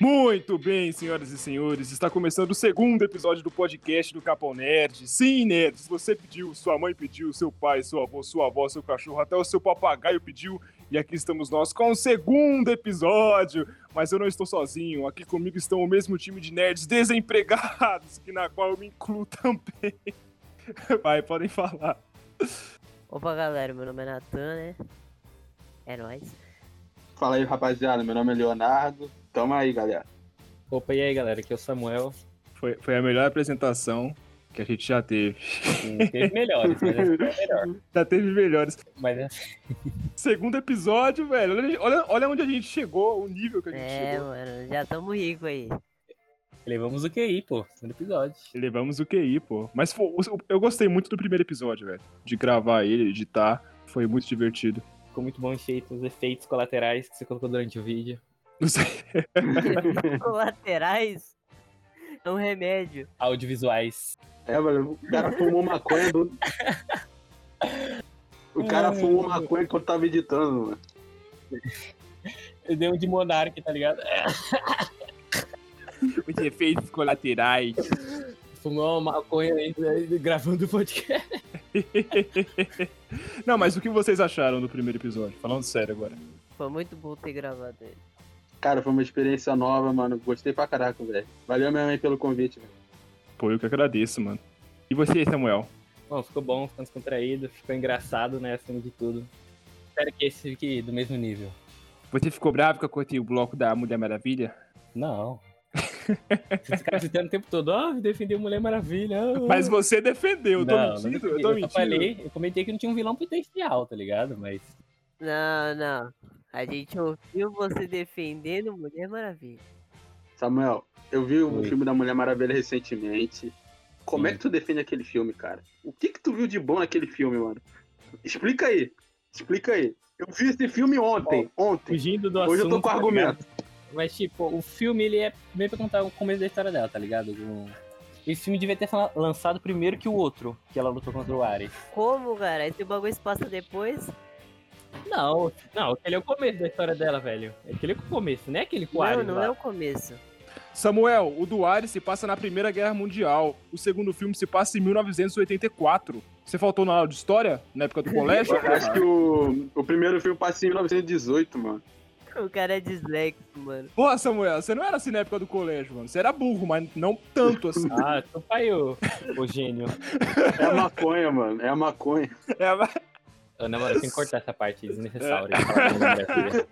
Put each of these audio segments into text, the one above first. Muito bem, senhoras e senhores, está começando o segundo episódio do podcast do Capão Nerd. Sim, nerds, você pediu, sua mãe pediu, seu pai, sua avó, sua avó, seu cachorro, até o seu papagaio pediu. E aqui estamos nós com o segundo episódio. Mas eu não estou sozinho, aqui comigo estão o mesmo time de nerds desempregados, que na qual eu me incluo também. Vai, podem falar. Opa, galera, meu nome é Natan, né? É nóis. Fala aí, rapaziada. Meu nome é Leonardo. Tamo aí, galera. Opa, e aí, galera? Aqui é o Samuel. Foi, foi a melhor apresentação que a gente já teve. Sim, teve melhores, mas esse foi o melhor. Já teve melhores. Mas é, Segundo episódio, velho. Olha, olha, olha onde a gente chegou, o nível que a gente É, chegou. mano, já tamo rico aí. levamos o QI, pô, no episódio. Levamos o QI, pô. Mas pô, eu gostei muito do primeiro episódio, velho. De gravar ele, editar. Foi muito divertido. Ficou muito bom feito os efeitos colaterais que você colocou durante o vídeo. Não sei. Colaterais é um remédio. Audiovisuais. É, mano, o cara fumou maconha do. O cara fumou maconha enquanto tava editando, mano. Eu dei um de Monark, tá ligado? Os efeitos colaterais. Fumou uma maconha aí, né, gravando o podcast. Não, mas o que vocês acharam do primeiro episódio? Falando sério agora. Foi muito bom ter gravado ele. Cara, foi uma experiência nova, mano. Gostei pra caraca, velho. Valeu, minha mãe, pelo convite, velho. Pô, eu que agradeço, mano. E você, Samuel? Bom, ficou bom, ficou descontraído, ficou engraçado, né, acima de tudo. Espero que esse fique do mesmo nível. Você ficou bravo que eu cortei o bloco da Mulher Maravilha? Não. Esse cara citando o tempo todo, ó, defendeu Mulher Maravilha. ó. Mas você defendeu, eu tô Não, não mentindo, eu defendi. tô só mentindo. falei, eu comentei que não tinha um vilão potencial, tá ligado? Mas Não, não. A gente ouviu você defendendo Mulher Maravilha. Samuel, eu vi o Oi. filme da Mulher Maravilha recentemente. Como é Sim. que tu defende aquele filme, cara? O que que tu viu de bom naquele filme, mano? Explica aí. Explica aí. Eu vi esse filme ontem. Ontem. fugindo do assunto. Hoje eu tô com tá ligado? argumento. Mas, tipo, o filme, ele é meio pra contar o começo da história dela, tá ligado? O- Esse filme devia ter sa- lançado primeiro que o outro, que ela lutou contra o Ares. Como, cara? Esse bagulho se passa depois? Não, não, aquele é o começo da história dela, velho. Aquele é o começo, não é aquele com o Não, Ares não lá. é o começo. Samuel, o Duarte se passa na Primeira Guerra Mundial. O segundo filme se passa em 1984. Você faltou na aula de história? Na época do colégio? Eu acho que o, o primeiro filme passa em 1918, mano. O cara é disléxico, mano. Porra, Samuel, você não era assim na época do colégio, mano. Você era burro, mas não tanto assim. Ah, tu pai, o, o gênio. É a maconha, mano. É a maconha. É, mas- Eu, na moral, tem que cortar essa parte É. desnecessária. de falar do nome da filha.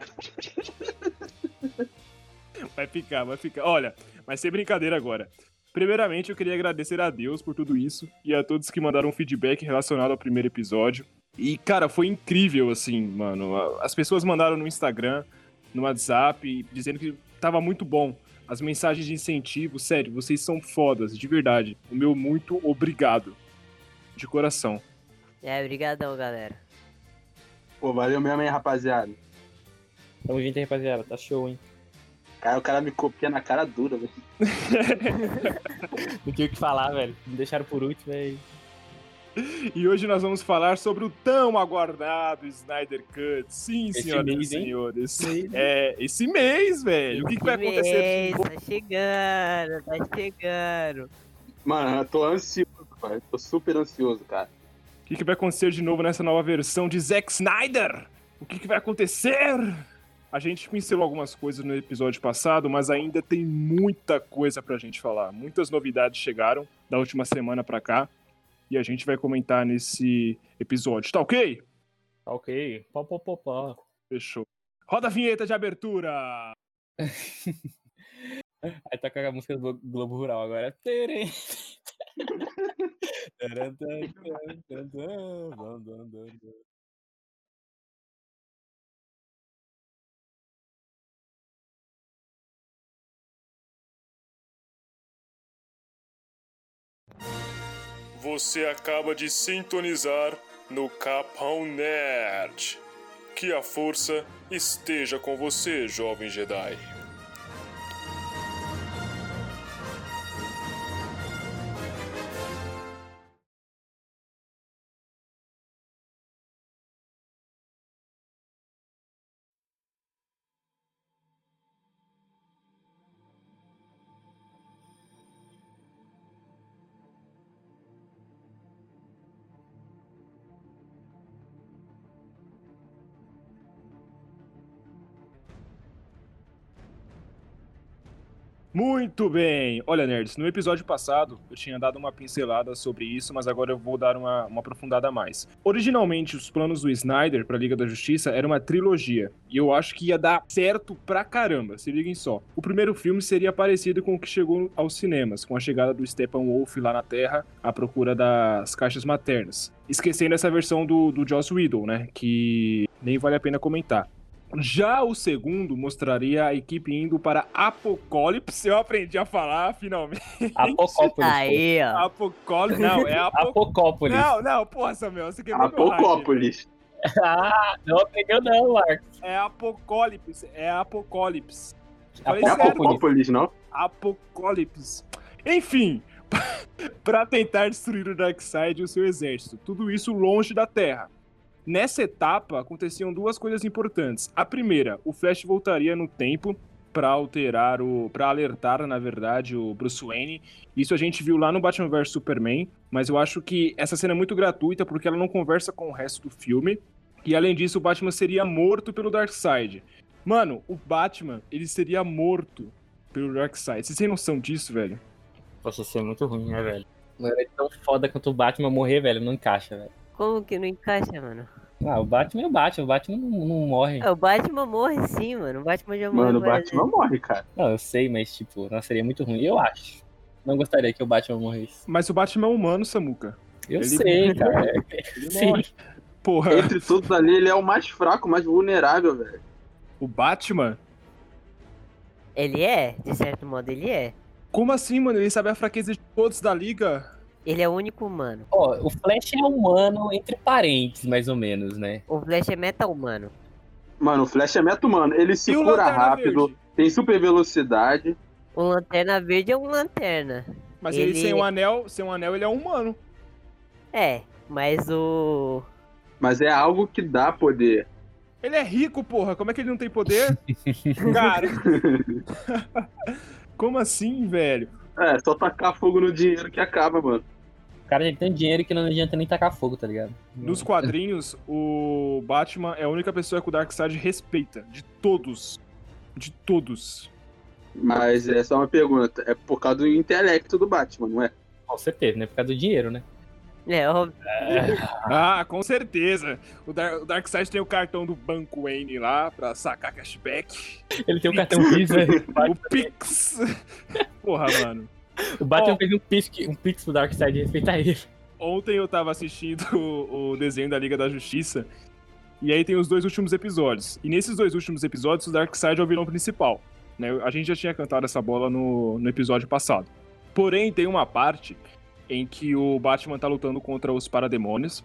Vai ficar, vai ficar. Olha, mas sem brincadeira agora. Primeiramente, eu queria agradecer a Deus por tudo isso e a todos que mandaram um feedback relacionado ao primeiro episódio. E, cara, foi incrível, assim, mano. A- As pessoas mandaram no Instagram, no WhatsApp, e dizendo que tava muito bom. As mensagens de incentivo, sério, vocês são fodas, de verdade. O meu muito obrigado. De coração. É, brigadão, galera. Pô, valeu mesmo, hein, rapaziada. Tamo junto, aí, rapaziada. Tá show, hein? Cara, o cara me copia na cara dura, velho. Não tinha o que falar, velho. Me deixaram por último, é velho. E hoje nós vamos falar sobre o tão aguardado Snyder Cut. Sim, Esse senhoras mês, e hein? senhores. É, esse mês, velho. O que, que vai acontecer? Mês, tá chegando, tá chegando. Mano, eu tô ansioso, pai. Eu Tô super ansioso, cara. O que, que vai acontecer de novo nessa nova versão de Zack Snyder? O que, que vai acontecer? A gente pincelou algumas coisas no episódio passado, mas ainda tem muita coisa pra gente falar. Muitas novidades chegaram da última semana pra cá e a gente vai comentar nesse episódio. Tá ok? Tá ok. Pó, pó, pó, pó. Fechou. Roda a vinheta de abertura! Aí toca a música do Glo- Globo Rural agora. Terem. Taran, taran, taran, taran, taran, taran, taran. Você acaba de sintonizar no Capão Nerd. Que a força esteja com você, jovem Jedi. Muito bem! Olha, nerds, no episódio passado eu tinha dado uma pincelada sobre isso, mas agora eu vou dar uma, uma aprofundada a mais. Originalmente, os planos do Snyder pra Liga da Justiça era uma trilogia, e eu acho que ia dar certo pra caramba, se liguem só. O primeiro filme seria parecido com o que chegou aos cinemas, com a chegada do Steppenwolf lá na Terra, à procura das caixas maternas. Esquecendo essa versão do, do Joss Whedon, né, que nem vale a pena comentar. Já o segundo mostraria a equipe indo para Apocalipse. Eu aprendi a falar, finalmente. Apocópolis. pô. Aí, ó. Apocalipse. Ah. Não, é Apocalipse. Apocópolis. Não, não, porra, Samuel, você quebrou meu hype. Apocópolis. Ah, não aprendeu não, Marcos. É Apocalipse. É Apocalipse. Falei Não é sério. Apocópolis. Apocópolis, não? Apocalipse. Enfim, para tentar destruir o Darkseid e o seu exército. Tudo isso longe da Terra. Nessa etapa aconteciam duas coisas importantes. A primeira, o Flash voltaria no tempo para alterar o, para alertar, na verdade, o Bruce Wayne. Isso a gente viu lá no Batman vs Superman, mas eu acho que essa cena é muito gratuita porque ela não conversa com o resto do filme. E além disso, o Batman seria morto pelo Darkseid. Mano, o Batman, ele seria morto pelo Darkseid. Vocês têm noção disso, velho? Poxa, isso é muito ruim, né, velho? Não era tão foda quanto o Batman morrer, velho. Não encaixa, velho. Como que não encaixa, mano? Ah, o Batman é o Batman. O Batman não, não morre. Ah, o Batman morre sim, mano. O Batman já morreu. Mano, o várias Batman morre, cara. Não, eu sei, mas, tipo, não seria muito ruim. Eu acho. Não gostaria que o Batman morresse. Mas o Batman é humano, Samuca. Eu Ele- sei, cara. Ele Sim. morre. Porra, Entre todos ali, ele é o mais fraco, o mais vulnerável, velho. o Batman? vezes. Ele é, de certo modo, ele é. Como assim, mano? Ele sabe a fraqueza de todos da liga? Ele é o único humano. Ó, o Flash é humano, entre parentes, mais ou menos, né? O Flash é meta-humano. Mano, o Flash é meta humano. Ele se cura rápido, Verde? tem super velocidade. O Lanterna Verde é um lanterna. Mas ele, Ele- sem um anel, sem um anel ele é humano. É, mas o. Mas é algo que dá poder. Ele é rico, porra. Como é que ele não tem poder? Cara. Como assim, velho? É, só tacar fogo no dinheiro que acaba, mano. O cara já tem dinheiro que não adianta nem tacar fogo, tá ligado? Nos quadrinhos, o Batman é a única pessoa que o Darkseid respeita. De todos. De todos. Mas é só uma pergunta. É por causa do intelecto do Batman, não é? Com certeza, né? Por causa do dinheiro, né? É, óbvio. Ah, com certeza. O, Dar o Darkseid tem o cartão do Banco Wayne lá pra sacar cashback. Ele tem um cartão Visa. O Pix. Porra, mano. O Batman Ó. fez um pix, um pix pro Darkseid respeitar ele. Ontem eu tava assistindo o, o desenho da Liga da Justiça. E aí tem os dois últimos episódios. E nesses dois últimos episódios, o Darkseid é o vilão principal. né? A gente já tinha cantado essa bola no, no episódio passado. Porém, tem uma parte em que o Batman tá lutando contra os parademônios.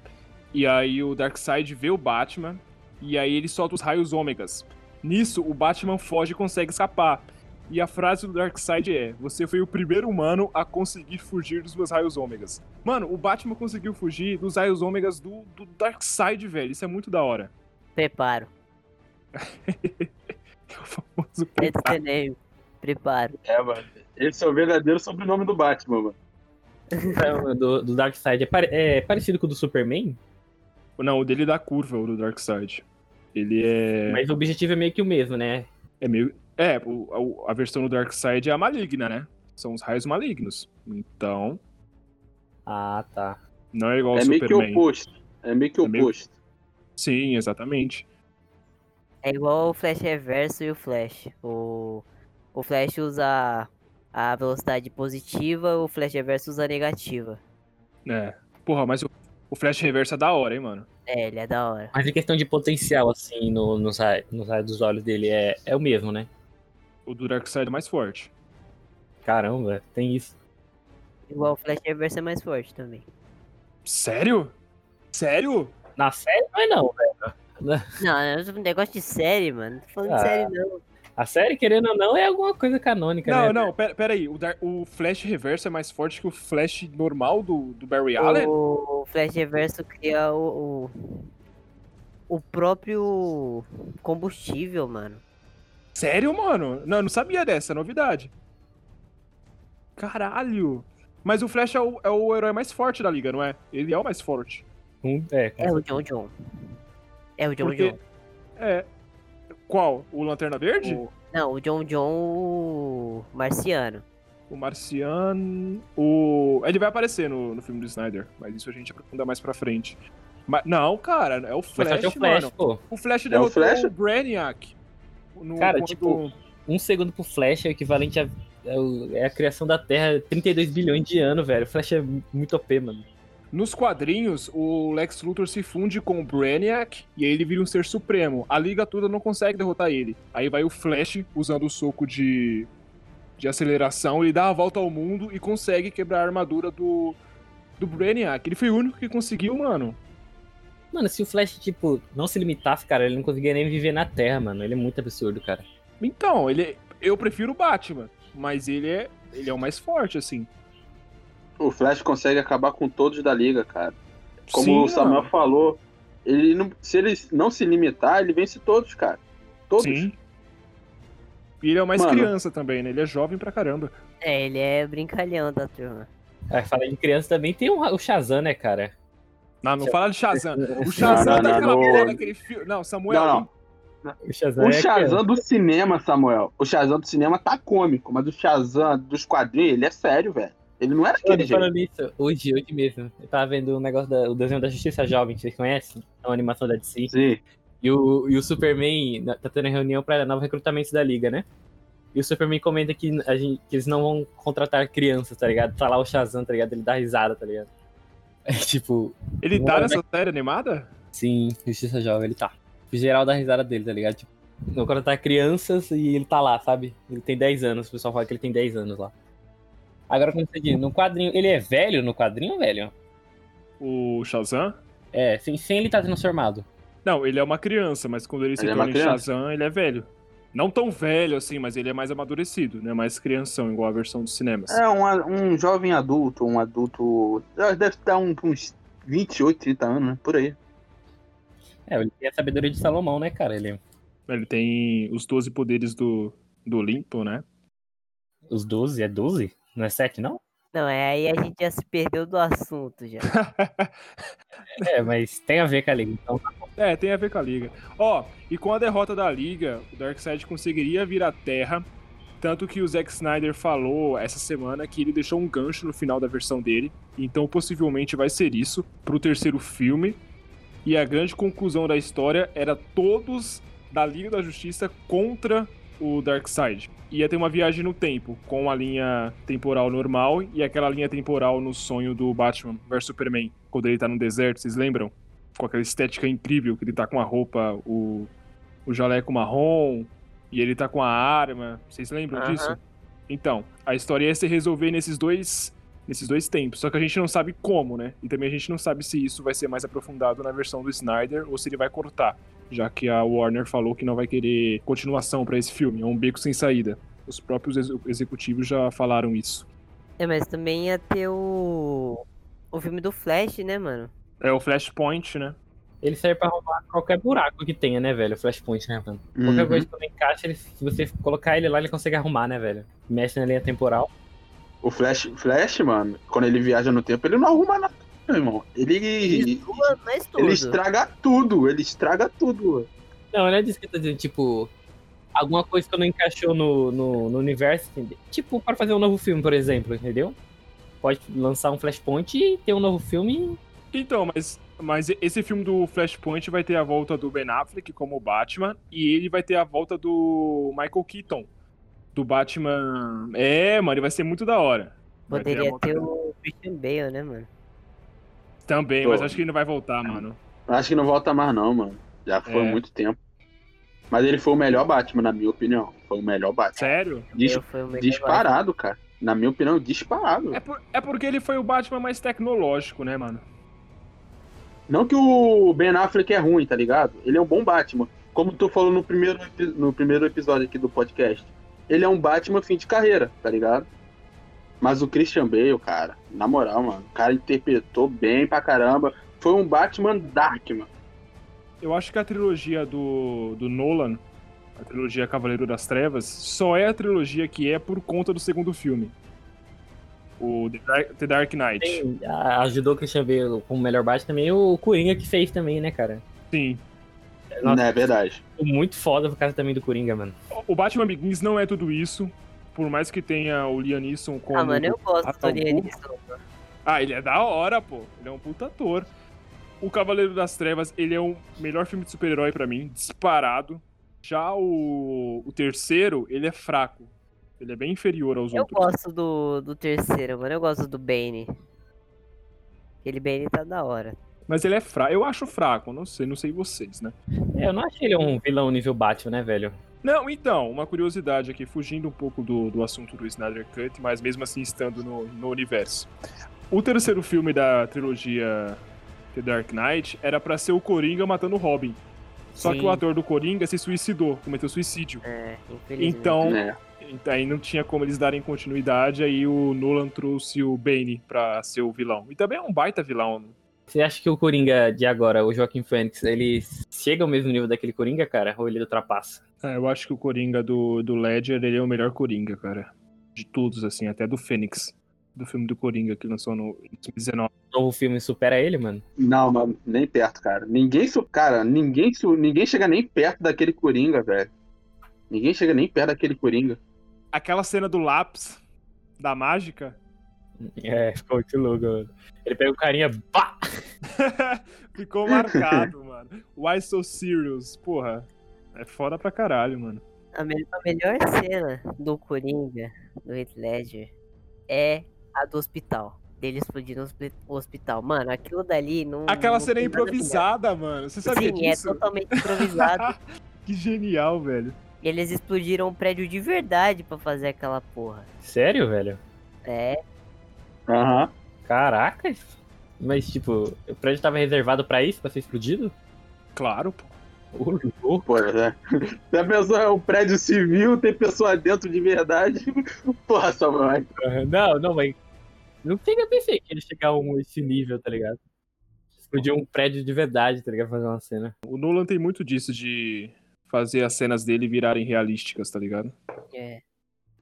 E aí o Darkseid vê o Batman. E aí ele solta os raios ômegas. Nisso, o Batman foge e consegue escapar. E a frase do Darkseid é: Você foi o primeiro humano a conseguir fugir dos meus raios ômegas. Mano, o Batman conseguiu fugir dos raios ômegas do, do Darkseid, velho. Isso é muito da hora. Preparo. É o famoso. É do Teneu. Preparo. É, mano. Esse é o verdadeiro sobrenome do Batman, mano. Então, Do, do Darkseid é, pare- é parecido com o do Superman, Não, o dele dá curva, o do Darkseid. Ele é. mas o objetivo é meio que o mesmo, né? É meio. É, o- a, a versão do Darkseid é a maligna, né? São os raios malignos. Então, Ah, tá. não é igual é ao meio Superman. que oposto. É meio que É meio- oposto. Sim, exatamente. É igual o Flash Reverso e o Flash. O, o Flash usa a velocidade positiva, o Flash Reverso usa a negativa. É. Porra, mas o, o Flash Reverso é da hora, hein, mano? É, ele é da hora. Mas em questão de potencial, assim, no, no, raio- no raio dos olhos dele, é, é o mesmo, né? O do Darkseid é mais forte. Caramba, tem isso. Igual o Flash Reverso é mais forte também. Sério? Sério? Na série não é não, velho. Não, é um negócio de série, mano. Não tô falando Ah. de série, não. A série, querendo ou não, é alguma coisa canônica, né? Não, não, pera, pera aí. O, Dar- o Flash Reverso é mais forte que o Flash normal do, do Barry Allen? O Flash Reverso cria o, o, o próprio combustível, mano. Sério, mano? Não, eu não sabia dessa novidade. Caralho. Mas o Flash é o, é o herói mais forte da liga, não é? Ele é o mais forte. Um- É, É o John John. É o John Porque- John. É. Qual? O Lanterna Verde? O- Não, o John John, o marciano. O Marciano. O. Ele vai aparecer no, no filme do Snyder, mas isso a gente aprofunda mais pra frente. Mas, não, cara, é o Mas Flash, só tem o Flash, mano. pô. O Flash derrotou o, Flash? Brainiac. No- Cara, quando- tipo, Um segundo pro Flash é equivalente a. É o- é a criação da Terra 32 bilhões de anos, velho. O Flash é muito OP, mano. Nos quadrinhos, o Lex Luthor se funde com o Brainiac e aí ele vira um ser supremo. A liga toda não consegue derrotar ele. Aí vai o Flash usando o soco de, de aceleração, ele dá a volta ao mundo e consegue quebrar a armadura do, do Brainiac. Ele foi o único que conseguiu, mano. Mano, se o Flash, tipo, não se limitasse, cara, ele não conseguia nem viver na Terra, mano. Ele é muito absurdo, cara. Então, ele é- eu prefiro o Batman, mas ele é ele é o mais forte assim. O Flash consegue acabar com todos da liga, cara. Como Sim, o Samuel mano. falou, ele não, se ele não se limitar, ele vence todos, cara. Todos. Sim. E ele é o mais Mano. criança também, né? Ele é jovem pra caramba. É, ele é brincalhão da turma. Ah, falar de criança também tem o o Shazam, né, cara? Não, não fala de Shazam. O Não, Shazam tá- não, daquela não, porra não. daquele filme. Não, Samuel. Não, não. O Shazam O é criança. Shazam do cinema, Samuel. O Shazam do cinema tá cômico, mas o Shazam dos quadrinhos, ele é sério, velho. Ele não era tá Mano, aquele jeito. falando isso, hoje, hoje mesmo, eu tava vendo um negócio da, o desenho da Justiça Jovem, que vocês conhecem? É uma animação da DC. Sim. E o, e o Superman na- tá tendo reunião pra novo recrutamento da liga, né? E o Superman comenta que, a gente, que eles não vão contratar crianças, tá ligado? Tá lá o Shazam, tá ligado? Ele dá risada, tá ligado? É tipo, Ele tá Não, nessa né? série animada? sim, Justiça Jovem, ele tá. O geral dá risada dele, tá ligado? Tipo, não contratar crianças e ele tá lá, sabe? Ele tem 10 anos, o pessoal fala que ele tem 10 anos lá. Agora, como você diz, no quadrinho, ele é velho no quadrinho, velho? O Shazam? É, sem, sem ele estar transformado. Não, ele é uma criança, mas quando ele se Ele é uma torna em criança? Shazam, ele é velho. Não tão velho assim, mas ele é mais amadurecido, né? Mais crianção, igual a versão assim. dos cinemas. É um, a- um jovem adulto, um adulto. Deve dar um- uns 28, 30 anos, né? Por aí. É, ele tem a sabedoria de Salomão, né, cara? Ele, Ele tem os 12 poderes do, do Olimpo, né? os 12, é 12? Não é 7, não? Não, é aí a gente já se perdeu do assunto já. É, mas tem a ver com a liga. Então, É, tem a ver com a Liga. Ó, e com a derrota da Liga, o Darkseid conseguiria vir à Terra. Tanto que o Zack Snyder falou essa semana que ele deixou um gancho no final da versão dele. Então, possivelmente, vai ser isso pro terceiro filme. E a grande conclusão da história era todos da Liga da Justiça contra o Darkseid. Ia ter uma viagem no tempo, com a linha temporal normal e aquela linha temporal no sonho do Batman vs Superman, quando ele tá no deserto, vocês lembram? com aquela estética incrível, que ele tá com a roupa, o, o jaleco marrom, e ele tá com a arma. Vocês lembram Aham. disso? Então, a história ia se resolver nesses dois, nesses dois tempos. Só que a gente não sabe como, né? E também a gente não sabe se isso vai ser mais aprofundado na versão do Snyder ou se ele vai cortar. Já que a Warner falou que não vai querer continuação pra esse filme. É um beco sem saída. Os próprios ex- executivos já falaram isso. É, mas também ia ter o. O filme do Flash, né, mano? É o Flashpoint, né? ele serve pra roubar qualquer buraco que tenha, né, velho? Flashpoint, né, mano? Uhum. Qualquer coisa que não encaixa, ele- se você colocar ele lá, ele consegue arrumar, né, velho? Mexe na linha temporal. O Flash, Flash, mano, quando ele viaja no tempo, ele não arruma nada, meu irmão. Ele. Mano, mas tudo. Ele estraga tudo, ele estraga tudo. Não, ele é disso que eu tô dizendo, tipo, alguma coisa que não encaixou no, no, no universo, entendeu? tipo, para fazer um novo filme, por exemplo, entendeu? Pode lançar um Flashpoint e ter um novo filme. Então, mas, mas esse filme do Flashpoint vai ter a volta do Ben Affleck como Batman e ele vai ter a volta do Michael Keaton. Do Batman. É, mano, ele vai ser muito da hora. Vai ter a Poderia é volta ter dele. o Christian Bale, né, mano? Também, Pô. mas acho que ele não vai voltar, mano. Acho que não volta mais, não, mano. Já foi É. muito tempo. Mas ele foi o melhor Batman, na minha opinião. Foi o melhor Batman. Sério? Dis- Eu é fui o melhor disparado, cara. Na minha opinião, disparado. É, por- é porque ele foi o Batman mais tecnológico, né, mano? Não que o Ben Affleck é ruim, tá ligado? Ele é um bom Batman. Como tu falou no primeiro, epi- no primeiro episódio aqui do podcast. Ele é um Batman fim de carreira, tá ligado? Mas o Christian Bale, cara, na moral, mano, o cara interpretou bem pra caramba. Foi um Batman Dark, mano. Eu acho que a trilogia do, do Nolan, a trilogia Cavaleiro das Trevas, só é a trilogia que é por conta do segundo filme. O The Dark, The Dark Knight. Tem- a- ajudou o Christian Bale como melhor Batman também, e o Coringa que fez também, né, cara? Sim. Nossa. É verdade. Ficou muito foda por causa também do Coringa, mano. O Batman Begins não é tudo isso, por mais que tenha o Liam Neeson como... Ah, mano, eu um- gosto do Ator Liam Burro? Neeson. Ah, ele é da hora, pô. Ele é um puta ator. O Cavaleiro das Trevas, ele é o melhor filme de super-herói pra mim, disparado. Já o, o terceiro, ele é fraco. Ele é bem inferior aos Eu outros. gosto do, do terceiro, mano. Eu gosto do Bane. Aquele Bane tá da hora. Mas ele é fraco. Eu acho fraco, não sei, não sei vocês, né? É, eu não achei ele um vilão nível Batman, né, velho? Não, então, uma curiosidade aqui, fugindo um pouco do, do assunto do Snyder Cut, mas mesmo assim estando no, no universo. O terceiro filme da trilogia The Dark Knight era pra ser o Coringa matando o Robin. Só que Sim. o ator do Coringa se suicidou, cometeu suicídio. É, infelizmente. Então, É. aí não tinha como eles darem continuidade, aí o Nolan trouxe o Bane pra ser o vilão. E também é um baita vilão. Você acha que o Coringa de agora, o Joaquim Phoenix, ele chega ao mesmo nível daquele Coringa, cara? Ou ele ultrapassa? Ah, eu acho que o Coringa do, do Ledger, ele é o melhor Coringa, cara. De todos, assim, até do Fênix. Do filme do Coringa que lançou no em 2019. O novo filme supera ele, mano? Não, mano, nem perto, cara. Ninguém, su- cara, ninguém, su- ninguém chega nem perto daquele Coringa, velho. Ninguém chega nem perto daquele Coringa. Aquela cena do lápis, da mágica. É, ficou muito louco, mano. Ele pega o carinha, pá! Ficou marcado, mano. Why so serious? Porra, é foda pra caralho, mano. A, me- a melhor cena do Coringa, do Heath Ledger, é a do hospital. Dele explodindo o hospi- o hospital. Mano, aquilo dali não. Aquela não cena é tem nada que- improvisada, mano. Você sabia Sim, disso? é totalmente improvisado. que genial, velho. e eles explodiram um prédio de verdade pra fazer aquela porra. Sério, velho? É, Aham. Caraca! Mas, tipo, o prédio tava reservado pra isso, pra ser explodido? Claro, pô. Ô, louco. Pô, né? Se a pessoa é um prédio civil, tem pessoa dentro de verdade, porra, só vai. Não, não, mas. Não chega a pensei que ele chegar a um, esse nível, tá ligado? Explodir um prédio de verdade, tá ligado? Fazer uma cena. O Nolan tem muito disso de fazer as cenas dele virarem realísticas, tá ligado? é.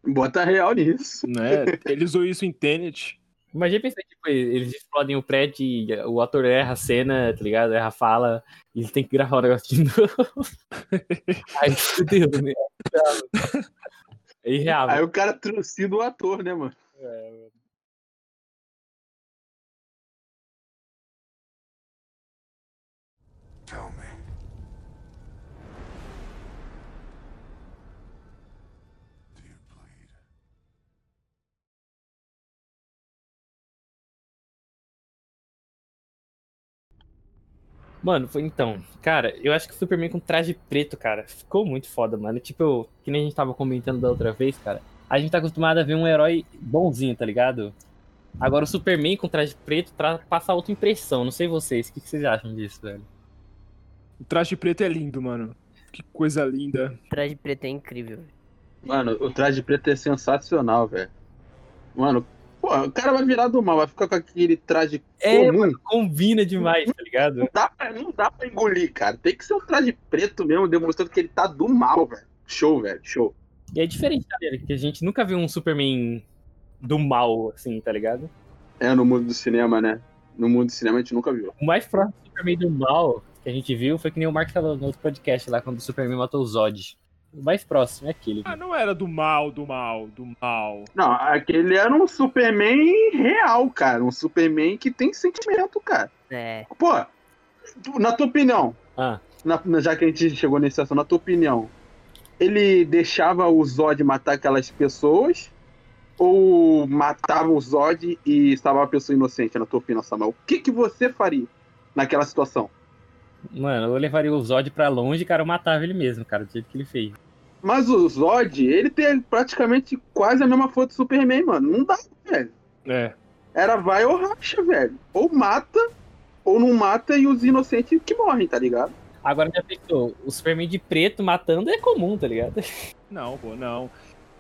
Bota real nisso. Né? Ele usou isso em Tenet. Imagina pensar, tipo, eles explodem o prédio e o ator erra a cena, tá ligado? Erra a fala, e ele tem que gravar o negócio de novo. Ai, meu Deus, né? É irreal. Aí o cara trucida o ator, né, mano? Tell me. Do you bleed? Mano, foi então. Cara, eu acho que o Superman com traje preto, cara, ficou muito foda, mano. Tipo, eu- que nem a gente tava comentando da outra vez, cara. A gente tá acostumado a ver um herói bonzinho, tá ligado? Agora o Superman com traje preto tra- passa outra impressão. Não sei vocês, o que, que vocês acham disso, velho? O traje preto é lindo, mano. Que coisa linda. O traje preto é incrível. Mano, o traje preto é sensacional, velho. Mano, pô, o cara vai virar do mal, vai ficar com aquele traje É, comum. Combina demais, tá ligado? dá pra, não dá pra engolir, cara. Tem que ser um traje preto mesmo, demonstrando que ele tá do mal, velho. Show, velho, show. E é diferente dele, porque a gente nunca viu um Superman do mal, assim, tá ligado? É, no mundo do cinema, né? No mundo do cinema a gente nunca viu. O mais próximo do Superman do mal que a gente viu foi que nem o Mark falou no outro podcast lá, quando o Superman matou o Zod. O mais próximo é aquele. Ah, não era do mal, do mal, do mal. Não, aquele era um Superman real, cara. Um Superman que tem sentimento, cara. É. Pô, tu- na tua opinião, Ah. na- na- já que a gente chegou nesse assunto, na tua opinião, ele deixava o Zod matar aquelas pessoas? Ou matava o Zod e salvava a pessoa inocente, na tua opinião, Samuel? O que, que você faria naquela situação? Mano, eu levaria o Zod pra longe, cara, eu matava ele mesmo, cara, do jeito que ele fez. Mas o Zod, ele tem praticamente quase a mesma força do Superman, mano. Não dá, velho. É. Era vai ou racha, velho. Ou mata, ou não mata e os inocentes que morrem, tá ligado? Agora já pensou, o Superman de preto matando é comum, tá ligado? Não, pô, não.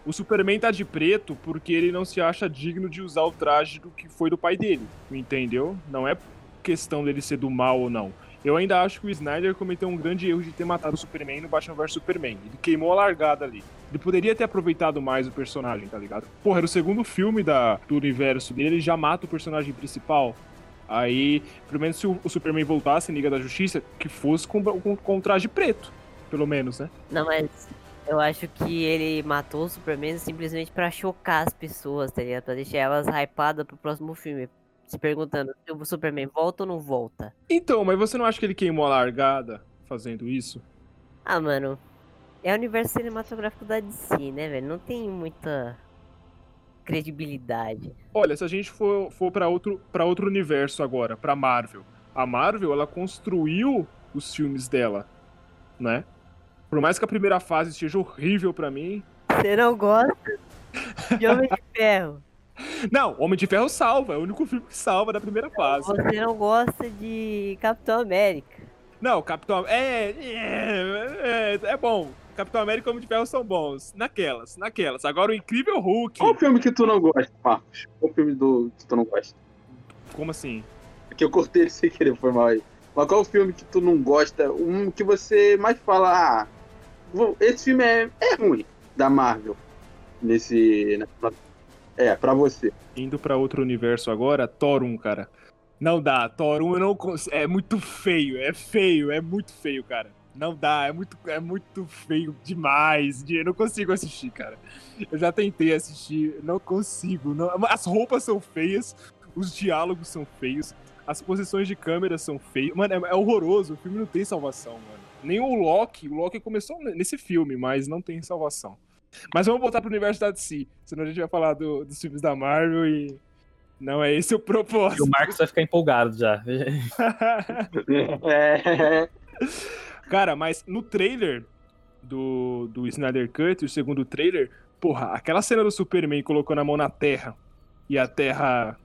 O Superman tá de preto porque ele não se acha digno de usar o traje do que foi do pai dele. Entendeu? Não é questão dele ser do mal ou não. Eu ainda acho que o Snyder cometeu um grande erro de ter matado o Superman no Batman vs Superman. Ele queimou a largada ali. Ele poderia ter aproveitado mais o personagem, tá ligado? Porra, era o segundo filme da, do universo dele, ele já mata o personagem principal. Aí, pelo menos se o o Superman voltasse em Liga da Justiça, que fosse com, com, com um traje preto, pelo menos, né? Não, mas eu acho que ele matou o Superman simplesmente pra chocar as pessoas, tá ligado? Pra deixar elas hypadas pro próximo filme. Se perguntando se o Superman volta ou não volta. Então, mas você não acha que ele queimou a largada fazendo isso? Ah, mano. É o universo cinematográfico da DC, né, velho? Não tem muita credibilidade. Olha, se a gente for, for para outro, pra outro universo agora, pra Marvel. A Marvel, ela construiu os filmes dela, né? Por mais que a primeira fase seja horrível pra mim. Você não gosta de Homem de Ferro. Não, Homem de Ferro salva, é o único filme que salva da primeira fase. Você não gosta de Capitão América. Não, Capitão. É, é, é, é bom. Capitão América e Homem de Ferro são bons. Naquelas, naquelas. Agora o incrível Hulk. Qual o filme que tu não gosta, Marcos? Qual o filme do que tu não gosta? Como assim? É que eu cortei ele sem querer, foi mal aí. Mas qual o filme que tu não gosta? Um que você mais fala, ah, vou- esse filme é, é ruim, da Marvel. Nesse. né, pra- É, pra você. Indo pra outro universo agora, Thor 1, cara. Não dá, Thor 1 eu não consigo. É muito feio, é feio, é muito feio, cara. Não dá, é muito, é muito feio demais. de- Eu não consigo assistir, cara. Eu já tentei assistir, não consigo. não- As roupas são feias, os diálogos são feios, as posições de câmera são feias. Mano, é, é horroroso, o filme não tem salvação, mano. Nem o Loki, o Loki começou nesse filme, mas não tem salvação. Mas vamos voltar pro universo da DC, senão a gente vai falar do- dos filmes da Marvel e. Não é esse o E o propósito. Marcos vai ficar empolgado já. É. Cara, mas no trailer do, do Snyder Cut, o segundo trailer, porra, aquela cena do Superman colocando a mão na terra e a terra,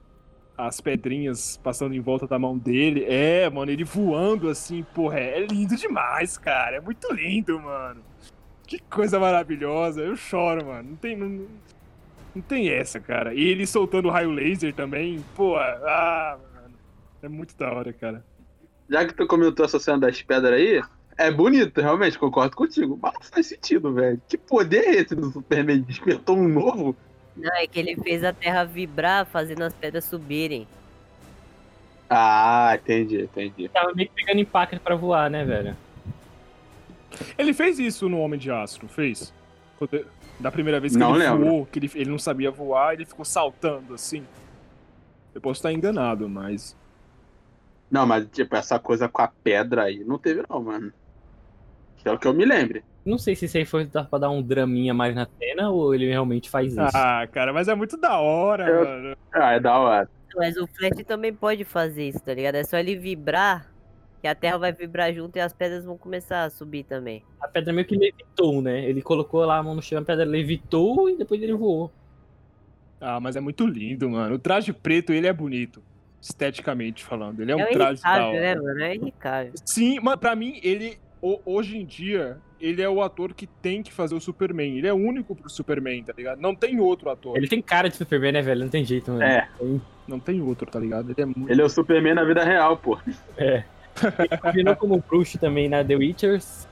as pedrinhas passando em volta da mão dele, é, mano, ele voando assim, porra, é lindo demais, cara, é muito lindo, mano. Que coisa maravilhosa, eu choro, mano, não tem. Não, não tem essa, cara. E ele soltando raio laser também, porra, ah, mano, é muito da hora, cara. Já que tu comentou essa cena das pedras aí, é bonito, realmente, concordo contigo. Mas não faz sentido, velho. Que poder é esse do Superman? Despertou um novo? Não, é que ele fez a terra vibrar fazendo as pedras subirem. Ah, entendi, entendi. Tava meio que pegando impacto pra voar, né, velho? Ele fez isso no Homem de Aço, não fez? Quando- Da primeira vez que Não ele lembro. voou, que ele, ele não sabia voar, ele ficou saltando assim. Eu posso estar enganado, mas. Não, mas tipo, essa coisa com a pedra aí não teve não, mano. Que é o que eu me lembre. Não sei se isso aí foi dar- pra dar um draminha mais na cena ou ele realmente faz isso. Ah, cara, mas é muito da hora, Eu- mano. Ah, é da hora. Mas o Flash também pode fazer isso, tá ligado? É só ele vibrar, que a terra vai vibrar junto e as pedras vão começar a subir também. A pedra meio que levitou, né? Ele colocou lá a mão no chão, a pedra levitou e depois ele voou. Ah, mas é muito lindo, mano. O traje preto, ele é bonito. Esteticamente falando. Ele é um é traje da irricável, hora. né, mano? É irricável. Sim, mas pra mim, ele. ho- Hoje em dia, ele é o ator que tem que fazer o Superman. Ele é único pro Superman, tá ligado? Não tem outro ator. Ele tem cara de Superman, né, velho? Não tem jeito, mano. É. Não tem outro, tá ligado? Ele é muito. Ele é o Superman na vida real, pô. Combinou como bruxo também na The Witchers,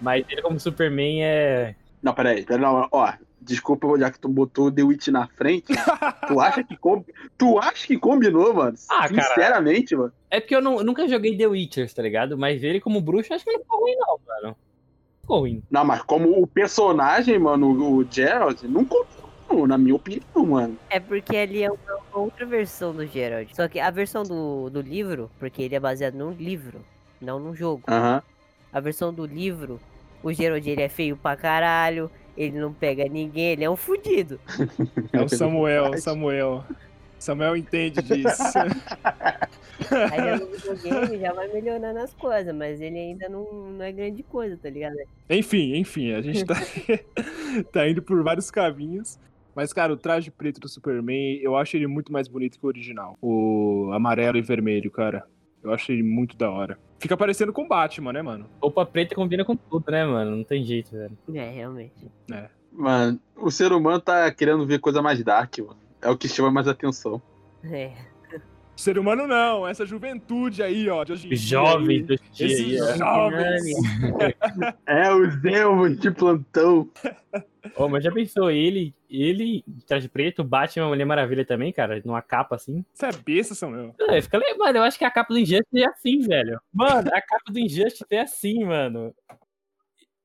mas ele como Superman é... Não, peraí, peraí, não, ó. Desculpa, já que tu botou o The Witch na frente. tu acha que com... Tu acha que combinou, mano? Ah, cara. Sinceramente, mano. É porque eu, não- eu nunca joguei The Witchers, tá ligado? Mas ver ele como bruxo, acho que não ficou ruim não, mano. Ficou ruim. Não, mas como o personagem, mano, o Gerald, não combinou, não, na minha opinião, mano. É porque ali é uma uma outra versão do Gerald. Só que a versão do, do livro, porque ele é baseado num livro, não num jogo. Aham. A versão do livro, o Gerald ele é feio pra caralho, ele não pega ninguém, ele é um fudido. É o um Samuel, Verdade. Samuel. Samuel entende disso. Aí já no videogame já vai melhorando as coisas, mas ele ainda não, não é grande coisa, tá ligado? enfim, enfim, a gente tá, tá indo por vários caminhos. Mas, cara, o traje preto do Superman, eu acho ele muito mais bonito que o original. O amarelo e vermelho, cara. Eu acho ele muito da hora. Fica parecendo com o Batman, né, mano? Roupa preta combina com tudo, né, mano? Não tem jeito, velho. É, realmente. Mano, o ser humano tá querendo ver coisa mais dark, mano. É o que chama mais atenção. É. Ser humano não, essa juventude aí, ó. De hoje em dia Jovem aí. do dia Esses aí, ó. jovens. É, os elmos de plantão. Ô, mas já pensou, ele, ele, de traje preto, Batman, Mulher Maravilha também, cara, numa capa assim? Você é besta, Samuel. Ah, fica le- Mano, eu acho que a capa do Injustice é assim, velho. Mano, a capa do Injustice é assim, mano.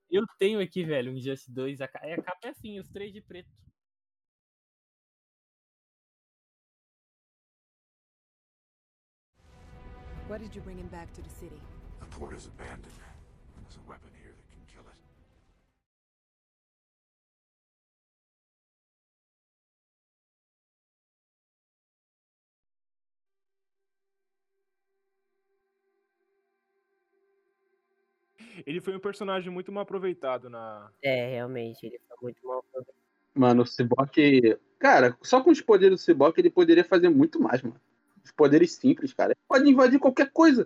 Eu tenho aqui, velho, o Injustice 2, a, ca- é, a capa é assim, os três de preto. What did you bring him back to the city? The port is abandoned. There's a weapon here that can kill it. Ele foi um personagem muito mal aproveitado na. É, realmente, ele foi muito mal. Mano, o Cyborg. Cara, só com os poderes do Cyborg ele poderia fazer muito mais, mano. Os poderes simples, cara. Ele pode invadir qualquer coisa.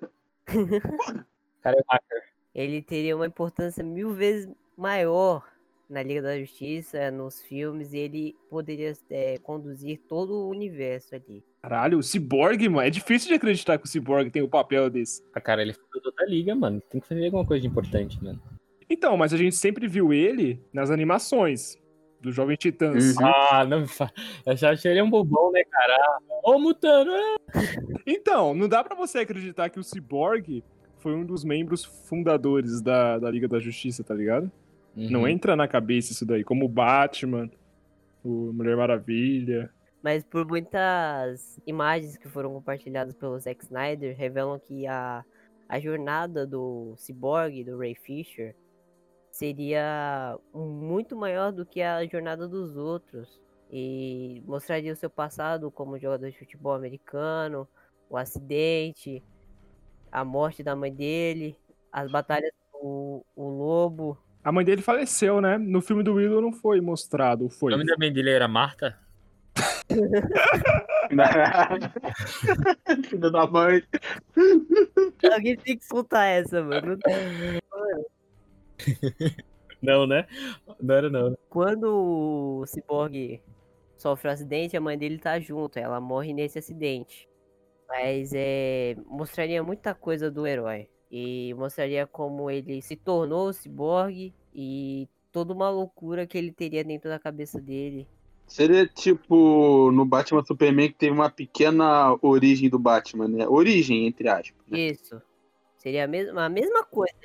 Cara, eu acho. Ele teria uma importância mil vezes maior na Liga da Justiça, nos filmes, e ele poderia é, conduzir todo o universo ali. Caralho, o Cyborg, mano. É difícil de acreditar que o Cyborg tem o papel desse. Ah, cara, ele foi do outra liga, mano. Tem que fazer alguma coisa de importante, mano. Então, mas a gente sempre viu ele nas animações do Jovem Titãs. Uhum. Ah, não me fala. Eu achava que ele é um bobão, né, cara? Ah, Ô, Mutano! é. Então, não dá pra você acreditar que o Cyborg foi um dos membros fundadores da, da Liga da Justiça, tá ligado? Uhum. Não entra na cabeça isso daí. Como o Batman, o Mulher Maravilha. Mas por muitas imagens que foram compartilhadas pelo Zack Snyder, revelam que a, a jornada do Cyborg, do Ray Fisher, seria muito maior do que a jornada dos outros. E mostraria o seu passado como jogador de futebol americano, o acidente, a morte da mãe dele, as batalhas com o lobo. A mãe dele faleceu, né? No filme do Willow não foi mostrado, ou O foi? nome da mãe dele era Marta? Filho da mãe. Alguém tem que soltar essa, mano. Não, né? Não era, não. quando o Cyborg sofre um acidente, a mãe dele tá junto, ela morre nesse acidente. Mas é, mostraria muita coisa do herói. E mostraria como ele se tornou o Cyborg e toda uma loucura que ele teria dentro da cabeça dele. Seria tipo no Batman Superman que teve uma pequena origem do Batman, né? Origem, entre aspas. né? Isso. Seria a mesma, a mesma coisa.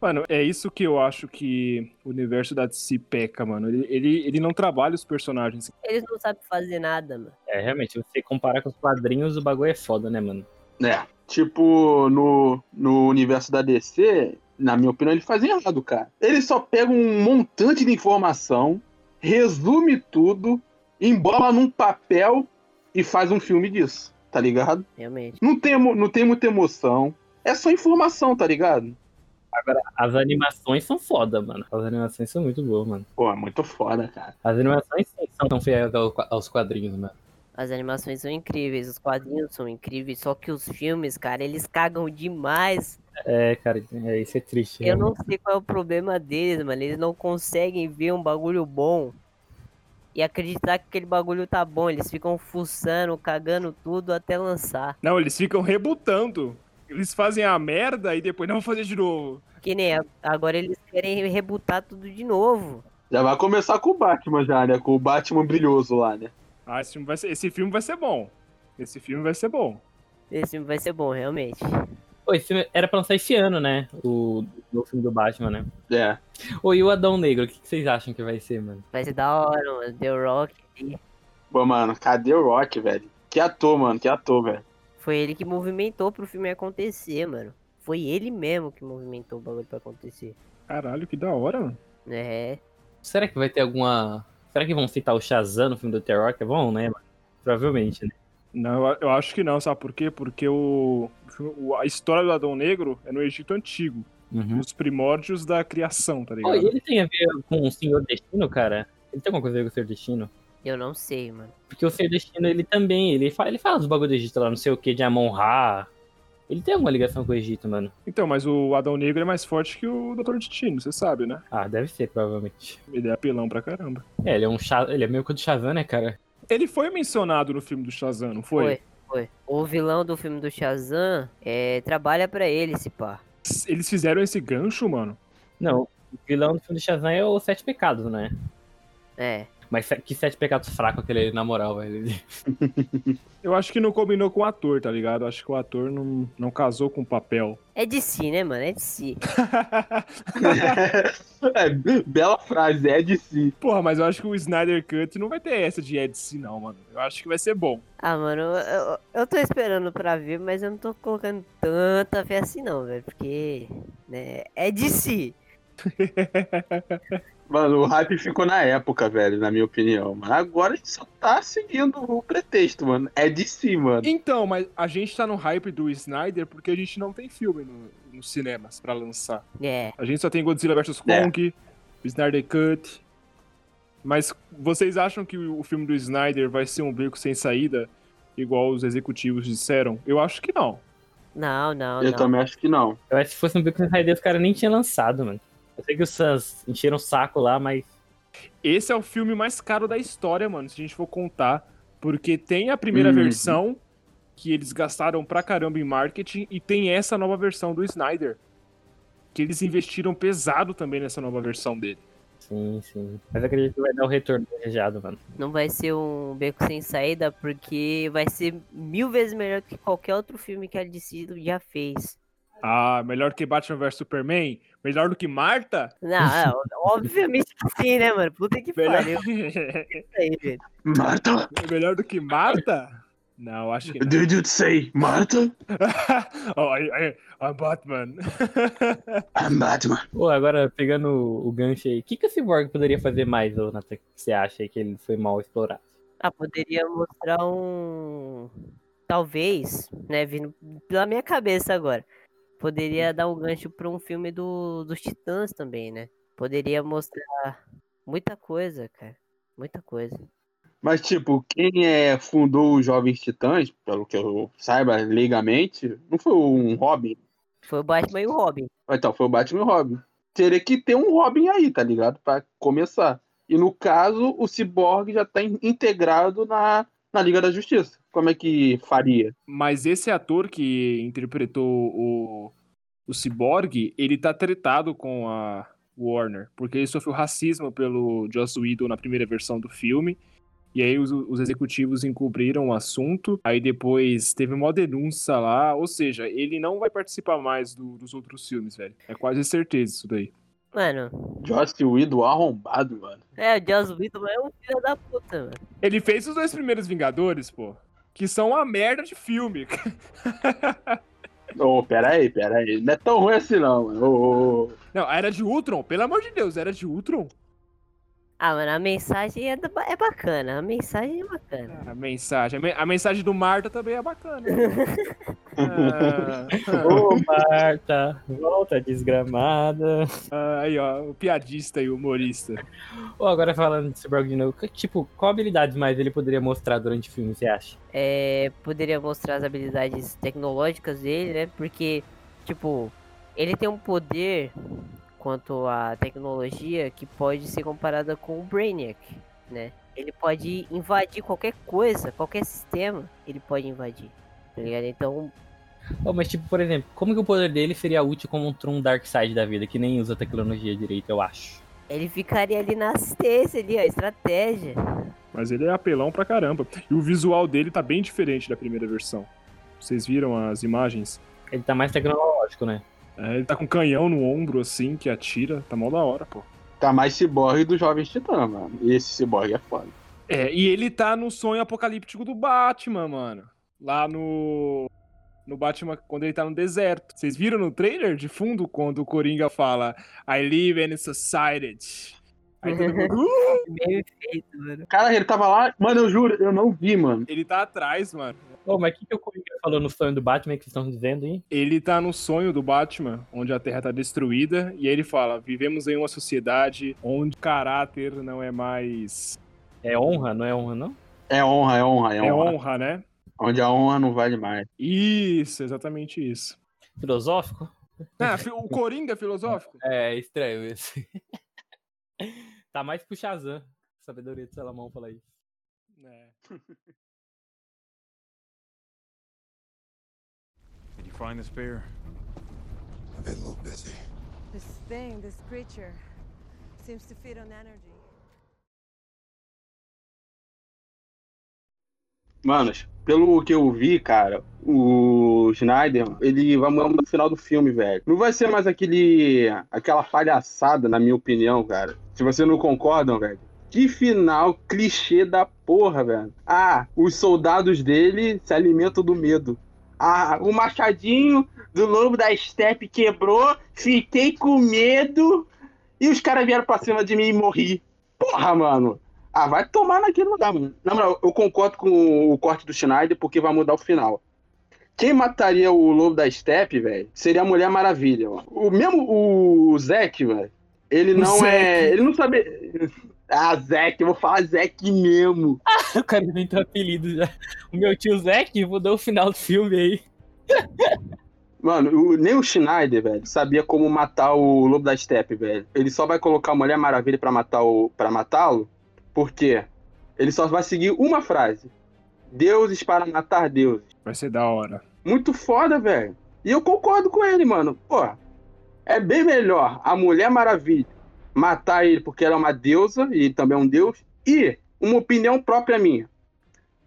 Mano, é isso que eu acho que o universo da DC peca, mano. Ele, ele, ele não trabalha os personagens. Eles não sabem fazer nada, mano. É, realmente, se você comparar com os quadrinhos, o bagulho é foda, né, mano? É. Tipo, no, no universo da DC, na minha opinião, ele faz errado, cara. Ele só pega um montante de informação, resume tudo, embola num papel e faz um filme disso, tá ligado? Realmente. Não tem, emo- não tem muita emoção. É só informação, tá ligado? As animações são foda, mano. As animações são muito boas, mano. Pô, é muito foda, cara. As animações sim, né, são tão fiéis ao- aos quadrinhos, né? mano. As animações são incríveis, os quadrinhos são incríveis, só que os filmes, cara, eles cagam demais É, cara, é, isso é triste. Eu né? não sei qual é o problema deles, mano. Eles não conseguem ver um bagulho bom e acreditar que aquele bagulho tá bom. Eles ficam fuçando, cagando tudo até lançar. Não, eles ficam rebutando. Eles fazem a merda e depois não vou fazer de novo. Que nem a- agora eles querem rebutar tudo de novo. Já vai começar com o Batman já, né? Com o Batman brilhoso lá, né? Ah, esse filme vai ser, esse filme vai ser bom. Esse filme vai ser bom. Esse filme vai ser bom, realmente. Pô, esse filme era pra lançar esse ano, né? O novo filme do Batman, né? É. Ô, e o Adão Negro, o que que vocês acham que vai ser, mano? Vai ser da hora, mano. The Rock. Pô, mano, cadê o Rock, velho? Que ator, mano, que ator, velho. Foi ele que movimentou pro filme acontecer, mano. Foi ele mesmo que movimentou o bagulho pra acontecer. Caralho, que da hora, mano. É, Será que vai ter alguma. Será que vão citar o Shazam no filme do The Rock? Vão, né, mano? Provavelmente, né? Não, eu- eu acho que não, sabe por quê? Porque o, o- a história do Adão Negro é no Egito Antigo, Uhum. os primórdios da criação, tá Pô, ligado? e ele tem a ver com o Senhor Destino, cara? Ele tem alguma coisa a ver com o Senhor Destino? eu não sei, mano. Porque o Senhor Destino, ele também, ele fala, ele fala dos bagulho do Egito lá, não sei o que, de Amon-Ra. Ele tem alguma ligação com o Egito, mano. Então, mas o Adão Negro é mais forte que o Dr. Destino, você sabe, né? Ah, deve ser, provavelmente. Ele é apelão pra caramba. É, ele é um chá, ele é meio que o do Shazam, né, cara? Ele foi mencionado no filme do Shazam, não foi? Foi. O vilão do filme do Shazam é, trabalha pra ele, se pá. S- Eles fizeram esse gancho, mano. Não, o vilão do filme do Shazam é o Sete Pecados, né? É. Mas se- que sete pecados fraco aquele ali, na moral, velho. Eu acho que não combinou com o ator, tá ligado? Acho que o ator não, não casou com o papel. É de si, né, mano? É de si. é, bela frase, é de si. Porra, mas eu acho que o Snyder Cut não vai ter essa de Edson, não, mano. Eu acho que vai ser bom. Ah, mano, eu, eu, eu tô esperando pra ver, mas eu não tô colocando tanta fé assim não, velho. Porque, né, é de si. Mano, o hype ficou na época, velho, na minha opinião. Mas agora a gente só tá seguindo o pretexto, mano. É de si, mano. Então, mas a gente tá no hype do Snyder porque a gente não tem filme no- nos cinemas pra lançar. É, A gente só tem Godzilla vs. É. Kong, o Snyder Cut. Mas vocês acham que o filme do Snyder vai ser um beco sem saída, igual os executivos disseram? Eu acho que não. não, não, Eu não. também acho que não. Eu acho que se fosse um bico sem saída, os caras nem tinha lançado, mano. Eu sei que os Suns encheram o saco lá, mas. Esse é o filme mais caro da história, mano, se a gente for contar. Porque tem a primeira Uhum. versão, que eles gastaram pra caramba em marketing, e tem essa nova versão do Snyder. Que eles investiram pesado também nessa nova versão dele. Sim, sim. Mas eu acredito que vai dar o retorno desejado, mano. Não vai ser um beco sem saída, porque vai ser mil vezes melhor que qualquer outro filme que a DC já fez. Ah, melhor que Batman vs Superman? Melhor do que Marta? Não, é, o- obviamente que sim, né, mano? Puta que pariu Melhor, isso aí, velho. Marta, melhor do que Marta? Não, acho que não. did you say Marta? oh, I, I, I'm Batman. I'm Batman. Pô, agora pegando o, o gancho aí, o que, que o Cyborg poderia fazer mais, ô Nathan? que Você acha aí que ele foi mal explorado? Ah, poderia mostrar um. Talvez, né, vindo pela minha cabeça agora. Poderia dar um gancho pra um filme do, dos Titãs também, né? Poderia mostrar muita coisa, cara. Muita coisa. Mas, tipo, quem é, fundou os Jovens Titãs, pelo que eu saiba leigamente, não foi um Robin? Foi o Batman e o Robin. Ah, Então, foi o Batman e o Robin. Teria que ter um Robin aí, tá ligado? Pra começar. E no caso, o Cyborg já tá in- integrado na, na Liga da Justiça. Como é que faria? Mas esse ator que interpretou o, o Cyborg, ele tá tretado com a Warner, porque ele sofreu racismo pelo Joss Whedon na primeira versão do filme. E aí os, os executivos encobriram o assunto, aí depois teve uma denúncia lá, ou seja, ele não vai participar mais do- dos outros filmes, velho. É quase certeza isso daí. Mano, Joss Whedon arrombado, mano. é, o Joss Whedon é um filho da puta, mano. Ele fez os dois primeiros Vingadores, pô, que são uma merda de filme. Ô, pera aí, pera aí. Não é tão ruim assim, não, mano. Ô, ô, ô. Não, Era de Ultron, pelo amor de Deus, Era de Ultron. Ah, mano, a mensagem é, da- é bacana. A mensagem é bacana. A mensagem. a men- A mensagem do Marta também é bacana. Ah, Ô, Marta, volta desgramada. ah, aí, ó, o piadista e o humorista. Ô, agora falando de Cyborg de novo, que- tipo, qual habilidade mais ele poderia mostrar durante o filme, você acha? é, poderia mostrar as habilidades tecnológicas dele, né? Porque, tipo, ele tem um poder quanto à tecnologia que pode ser comparada com o Brainiac, né? Ele pode invadir qualquer coisa, qualquer sistema, ele pode invadir. Tá ligado? Então, Ô, mas tipo, por exemplo, como que o poder dele seria útil contra um Darkseid da vida, que nem usa tecnologia direito, eu acho? ele ficaria ali na assistência, ali, ó, estratégia. Mas ele é apelão pra caramba. E o visual dele tá bem diferente da primeira versão. Vocês viram as imagens? Ele tá mais tecnológico, né? É, ele tá com um canhão no ombro, assim, que atira. Tá mal da hora, pô. Tá mais Cyborg dos Jovens Titãs, mano. E esse Cyborg é foda. É, e ele tá no sonho apocalíptico do Batman, mano. Lá no. No Batman, quando ele tá no deserto. Vocês viram no trailer de fundo quando o Coringa fala I live in society. Aí todo mundo. "Uh!" Bem feito, mano. Cara, ele tava lá. Mano, eu juro, eu não vi, mano. Ele tá atrás, mano. Ô, mas o que, que o Coringa falou no sonho do Batman que vocês estão dizendo, hein? Ele tá no sonho do Batman, onde a Terra tá destruída, e aí ele fala: vivemos em uma sociedade onde caráter não é mais. É honra? Não é honra, não? É honra, é honra, é É honra. honra, né? Onde a honra não vale mais. Isso, exatamente isso. Filosófico? Ah, fi- o Coringa filosófico? É, estranho esse. tá mais pro Shazam. Sabedoria de Salomão fala isso. É. Did you find this bear? I've been a little busy. This thing, this creature, seems to feed on energy. Manos, pelo que eu vi, cara, o Schneider, ele vai mudar no final do filme, velho. Não vai ser mais aquele. aquela palhaçada, na minha opinião, cara. Se vocês não concordam, velho. Que final clichê da porra, velho. Ah, os soldados dele se alimentam do medo. Ah, o machadinho do lobo da steppe quebrou, fiquei com medo e os caras vieram pra cima de mim e morri. Porra, mano. Ah, vai tomar naquele lugar, mano. Na moral, eu concordo com o corte do Schneider porque vai mudar o final. Quem mataria o lobo da steppe, velho, seria a Mulher Maravilha, mano. O mesmo o Zack, velho, ele O não é. Zack. Ele não sabe. Ah, Zack, eu vou falar Zack mesmo. O cara inventou apelido já. O meu tio Zack mudou o final do filme aí. Mano, o- nem o Schneider, velho, sabia como matar o Lobo da Steppe, velho. Ele só vai colocar a Mulher Maravilha pra matar o para matá-lo, porque ele só vai seguir uma frase: Deuses para matar deuses. Vai ser da hora. Muito foda, velho. E eu concordo com ele, mano. Pô, é bem melhor a Mulher Maravilha matar ele porque ela é uma deusa e ele também é um deus. E uma opinião própria minha: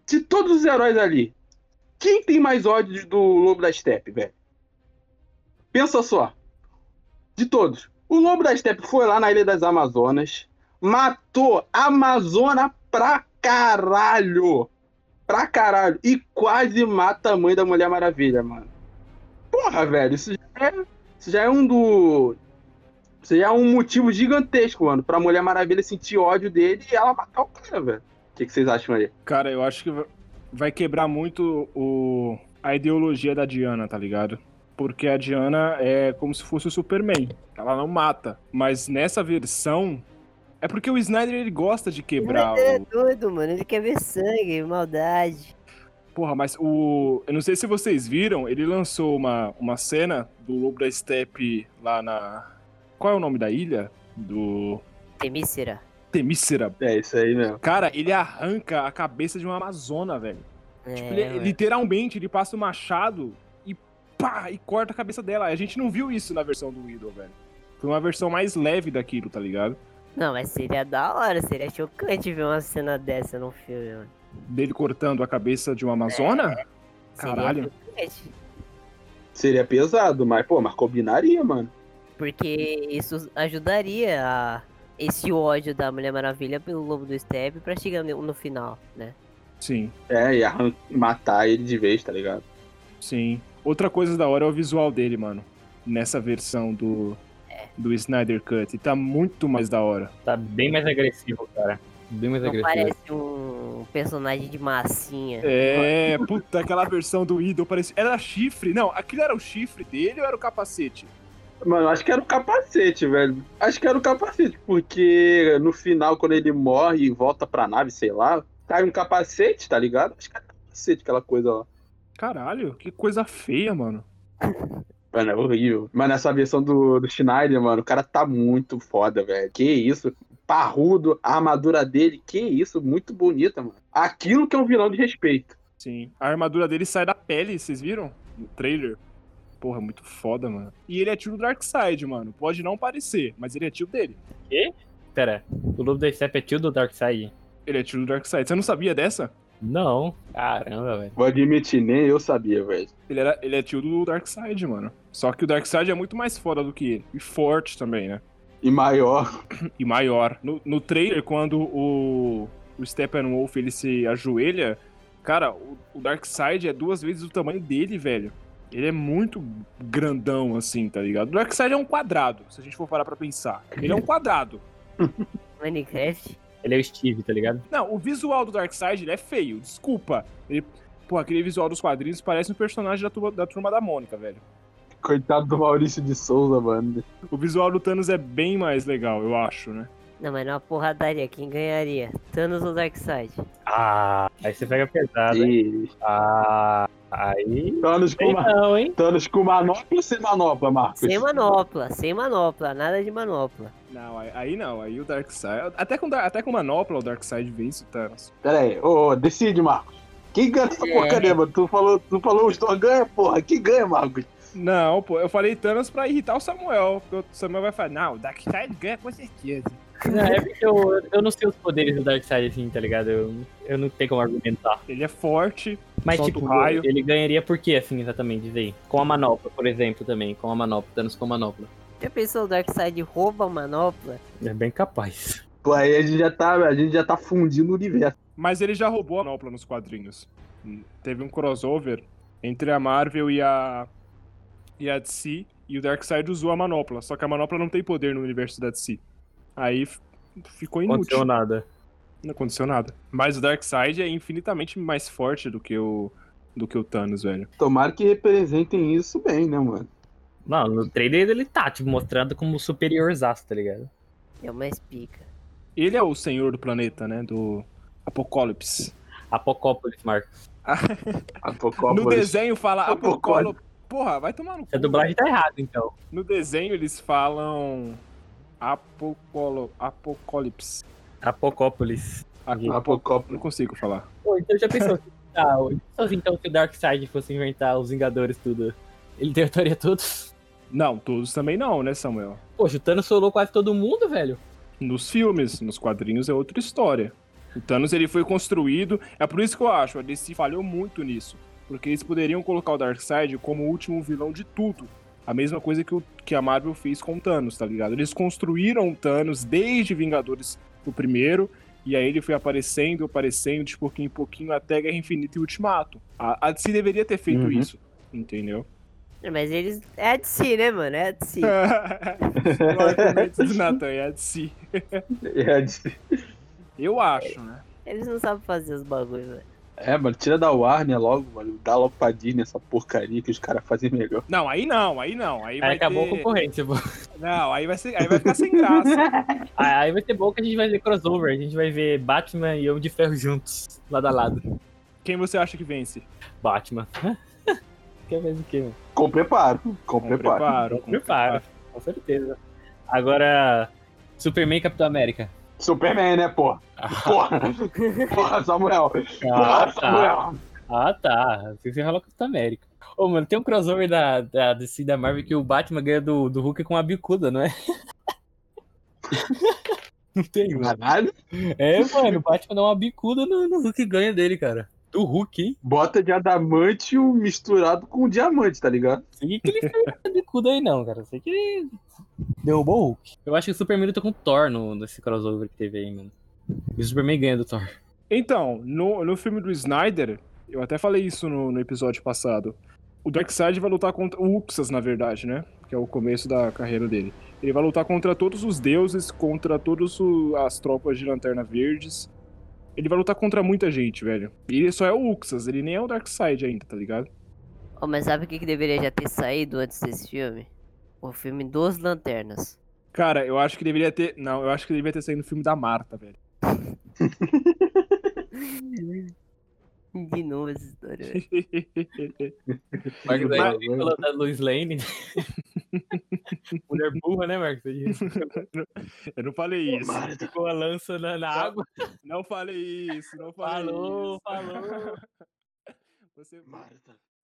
de todos os heróis ali, quem tem mais ódio do Lobo da Steppe, velho? Pensa só. De todos. O Lobo da Steppe foi lá na Ilha das Amazonas, matou a Amazona pra caralho. Pra caralho. E quase mata a mãe da Mulher Maravilha, mano. Porra, velho, isso já é, isso já é um do. Isso já é um motivo gigantesco, mano, pra Mulher Maravilha sentir ódio dele e ela matar o cara, velho. O que, que vocês acham aí? Cara, eu acho que va- vai quebrar muito o... a ideologia da Diana, tá ligado? Porque a Diana é como se fosse o Superman. Ela não mata. Mas nessa versão. É porque o Snyder ele gosta de quebrar Ele é o. doido, mano. Ele quer ver sangue, maldade. Porra, mas o. Eu não sei se vocês viram, ele lançou uma, uma cena do Lobo da Steppe lá na. Qual é o nome da ilha? Do. Temícera. Temícera. É isso aí mesmo. Cara, ele arranca a cabeça de uma Amazona, velho. Tipo, É, ele- ué. literalmente, ele passa o machado e pá, e corta a cabeça dela. A gente não viu isso na versão do Idol, velho. Foi uma versão mais leve daquilo, tá ligado? Não, mas seria da hora, seria chocante ver uma cena dessa num filme, mano. Dele cortando a cabeça de uma Amazona? É. Seria Caralho. chocante. Seria pesado, mas, pô, mas combinaria, mano. Porque isso ajudaria a- esse ódio da Mulher Maravilha pelo Lobo do Step pra chegar no, no final, né? Sim, É, e arran- matar ele de vez, tá ligado? sim. Outra coisa da hora é o visual dele, mano. Nessa versão do. É. Do Snyder Cut. E tá muito mais da hora. Tá bem mais agressivo, cara. Bem mais Não agressivo. parece um personagem de massinha. É, puta, aquela versão do Idol parecia. Era chifre? Não, aquilo era o chifre dele ou era o capacete? Mano, acho que era o capacete, velho. Acho que era o capacete, porque no final, quando ele morre e volta pra nave, sei lá, cai um capacete, tá ligado? Acho que era capacete, aquela coisa lá. Caralho, que coisa feia, mano. Mano, é horrível. Mas nessa versão do, do Schneider, mano, o cara tá muito foda, velho. Que isso. Parrudo, a armadura dele, que isso, muito bonita, mano. Aquilo que é um vilão de respeito. Sim. A armadura dele sai da pele, vocês viram? No trailer. Porra, muito foda, mano. E ele é tio do Darkseid, mano. Pode não parecer, mas ele é tio dele. Pera, o Lobo da Step é tio do Darkseid? Ele é tio do Darkseid. Você não sabia dessa? Não. Caramba, velho. Vou admitir, nem eu sabia, velho. Ele, era, ele é tio do Darkseid, mano. Só que o Darkseid é muito mais foda do que ele. E forte também, né? E maior. E maior. No, no trailer, quando o, o Steppenwolf ele se ajoelha, cara, o, o Darkseid é duas vezes o tamanho dele, velho. Ele é muito grandão, assim, tá ligado? O Darkseid é um quadrado, se a gente for parar pra pensar. Ele é um quadrado. Minecraft. Ele é o Steve, tá ligado? Não, o visual do Darkseid ele é feio, desculpa. Ele, pô, aquele visual dos quadrinhos parece um personagem da turma, da turma da Mônica, velho. Coitado do Maurício de Souza, mano. O visual do Thanos é bem mais legal, eu acho, né? Não, mas numa porradaria, quem ganharia? Thanos ou Darkseid? Ah, aí você pega pesado. hein? E... Ah, aí. Thanos com, Sei ma- não, hein? Thanos com manopla ou sem manopla, Marcos? Sem manopla, sem manopla, nada de manopla. Não, aí, aí não, aí o Darkseid. Até com, Dar- até com Manopla o Darkseid vence o Thanos. Pera aí, ô, ô, decide, Marcos. Quem ganha essa porcaria, mano? Tu falou, tu falou os dois ganha, porra. Quem ganha, Marcos? Não, pô, eu falei Thanos pra irritar o Samuel. porque O Samuel vai falar, não, o Darkseid ganha com certeza. Não, é porque eu, eu não sei os poderes do Darkseid assim, tá ligado? Eu, eu não tenho como argumentar. Ele é forte, Mas, solta tipo, o raio. ele ganharia por quê, assim, exatamente, véi? Com a manopla, por exemplo, também. Com a manopla, Thanos com a manopla. Já pensou o Darkseid rouba a manopla? É bem capaz. Pô, aí a gente já tá, a gente já tá fundindo o universo. Mas ele já roubou a manopla nos quadrinhos. Hum, Teve um crossover entre a Marvel e a. e a DC, e o Darkseid usou a manopla. Só que a manopla não tem poder no universo da DC. Aí f- ficou inútil. Aconteceu nada. Não aconteceu nada. Mas o Darkseid é infinitamente mais forte do que o. do que o Thanos, velho. Tomara que representem isso bem, né, mano? Não, no trailer ele tá, tipo, mostrando como superiorzaço, tá ligado? É uma espica. Ele é o senhor do planeta, né? Do Apocalipse. Apocópolis, Marco. Apocópolis. No desenho fala Apocalipse. Apocalipse. Porra, vai tomar no A dublagem tá errada, então. No desenho eles falam. Apocolo... Apocalipse. Apocópolis. Aqui. Não Apocópolis. consigo falar. Pô, então já pensou se, tá, o- pensou assim, então, se o Darkseid fosse inventar os Vingadores tudo? Ele derrotaria todos? Não, todos também não, né, Samuel? Poxa, o Thanos solou quase todo mundo, velho. Nos filmes, nos quadrinhos é outra história. O Thanos ele foi construído. É por isso que eu acho, a DC falhou muito nisso. Porque eles poderiam colocar o Darkseid como o último vilão de tudo. A mesma coisa que, o, que a Marvel fez com o Thanos, tá ligado? Eles construíram o Thanos desde Vingadores o primeiro. E aí ele foi aparecendo, aparecendo de pouquinho em pouquinho até Guerra Infinita e Ultimato. A, a DC deveria ter feito Uhum. isso, entendeu? É, Mas eles. É de si, né, mano? É de si. o argumento do Nathan é a DC. É, de- Eu acho, né? Eles não sabem fazer os bagulhos, velho. é, mano, tira da Warner logo, mano. Dá logo pra Disney essa porcaria que os caras fazem melhor. Não, aí não, aí não. Aí, vai Aí acabou ter- a concorrência, pô. Não, aí vai, ser, aí vai ficar sem graça. Aí vai ser bom que a gente vai ver crossover. A gente vai ver Batman e Homem de Ferro juntos, lado a lado. Quem você acha que vence? Batman. Quer mais o quê, mano? Com preparo. Com Com preparo. preparo. com Preparo, com certeza. Agora, Superman e Capitão América. Superman, né, porra? Porra! porra, Samuel! Ah, Porra, tá. Samuel! Ah, tá. Você se ralou Capitão América. Ô, mano, tem um crossover da, da DC e da Marvel que o Batman ganha do, do Hulk com a bicuda, não é? Não tem, mano. Caralho! É, mano, o Batman dá uma bicuda no, no Hulk e ganha dele, cara. Do Hulk, hein? Bota de adamantio misturado com diamante, tá ligado? Sei que ele fez essa bicuda aí, não, cara. Sei que ele derrubou o Hulk. Eu acho que o Superman luta com o Thor no, nesse crossover que teve aí, mano. E o Superman ganha do Thor. Então, no, no filme do Snyder, eu até falei isso no, no episódio passado. O Darkseid vai lutar contra o Uxas, na verdade, né? Que é o começo da carreira dele. Ele vai lutar contra todos os deuses, contra todas as tropas de Lanterna Verdes. Ele vai lutar contra muita gente, velho. E ele só é o Uxas, ele nem é o Darkseid ainda, tá ligado? Ô, mas sabe o que, que deveria já ter saído antes desse filme? O filme dos Lanternas. Cara, eu acho que deveria ter. Não, eu acho que deveria ter saído no filme da Marta, velho. De novo essa história, velho. Marcos aí Mas- falou da Lois Lane. Mulher burra, né, Marcos? Ele Eu não falei isso. Ficou a lança na, na água. Não falei isso, não falei Falou, isso. falou. Você... Marta.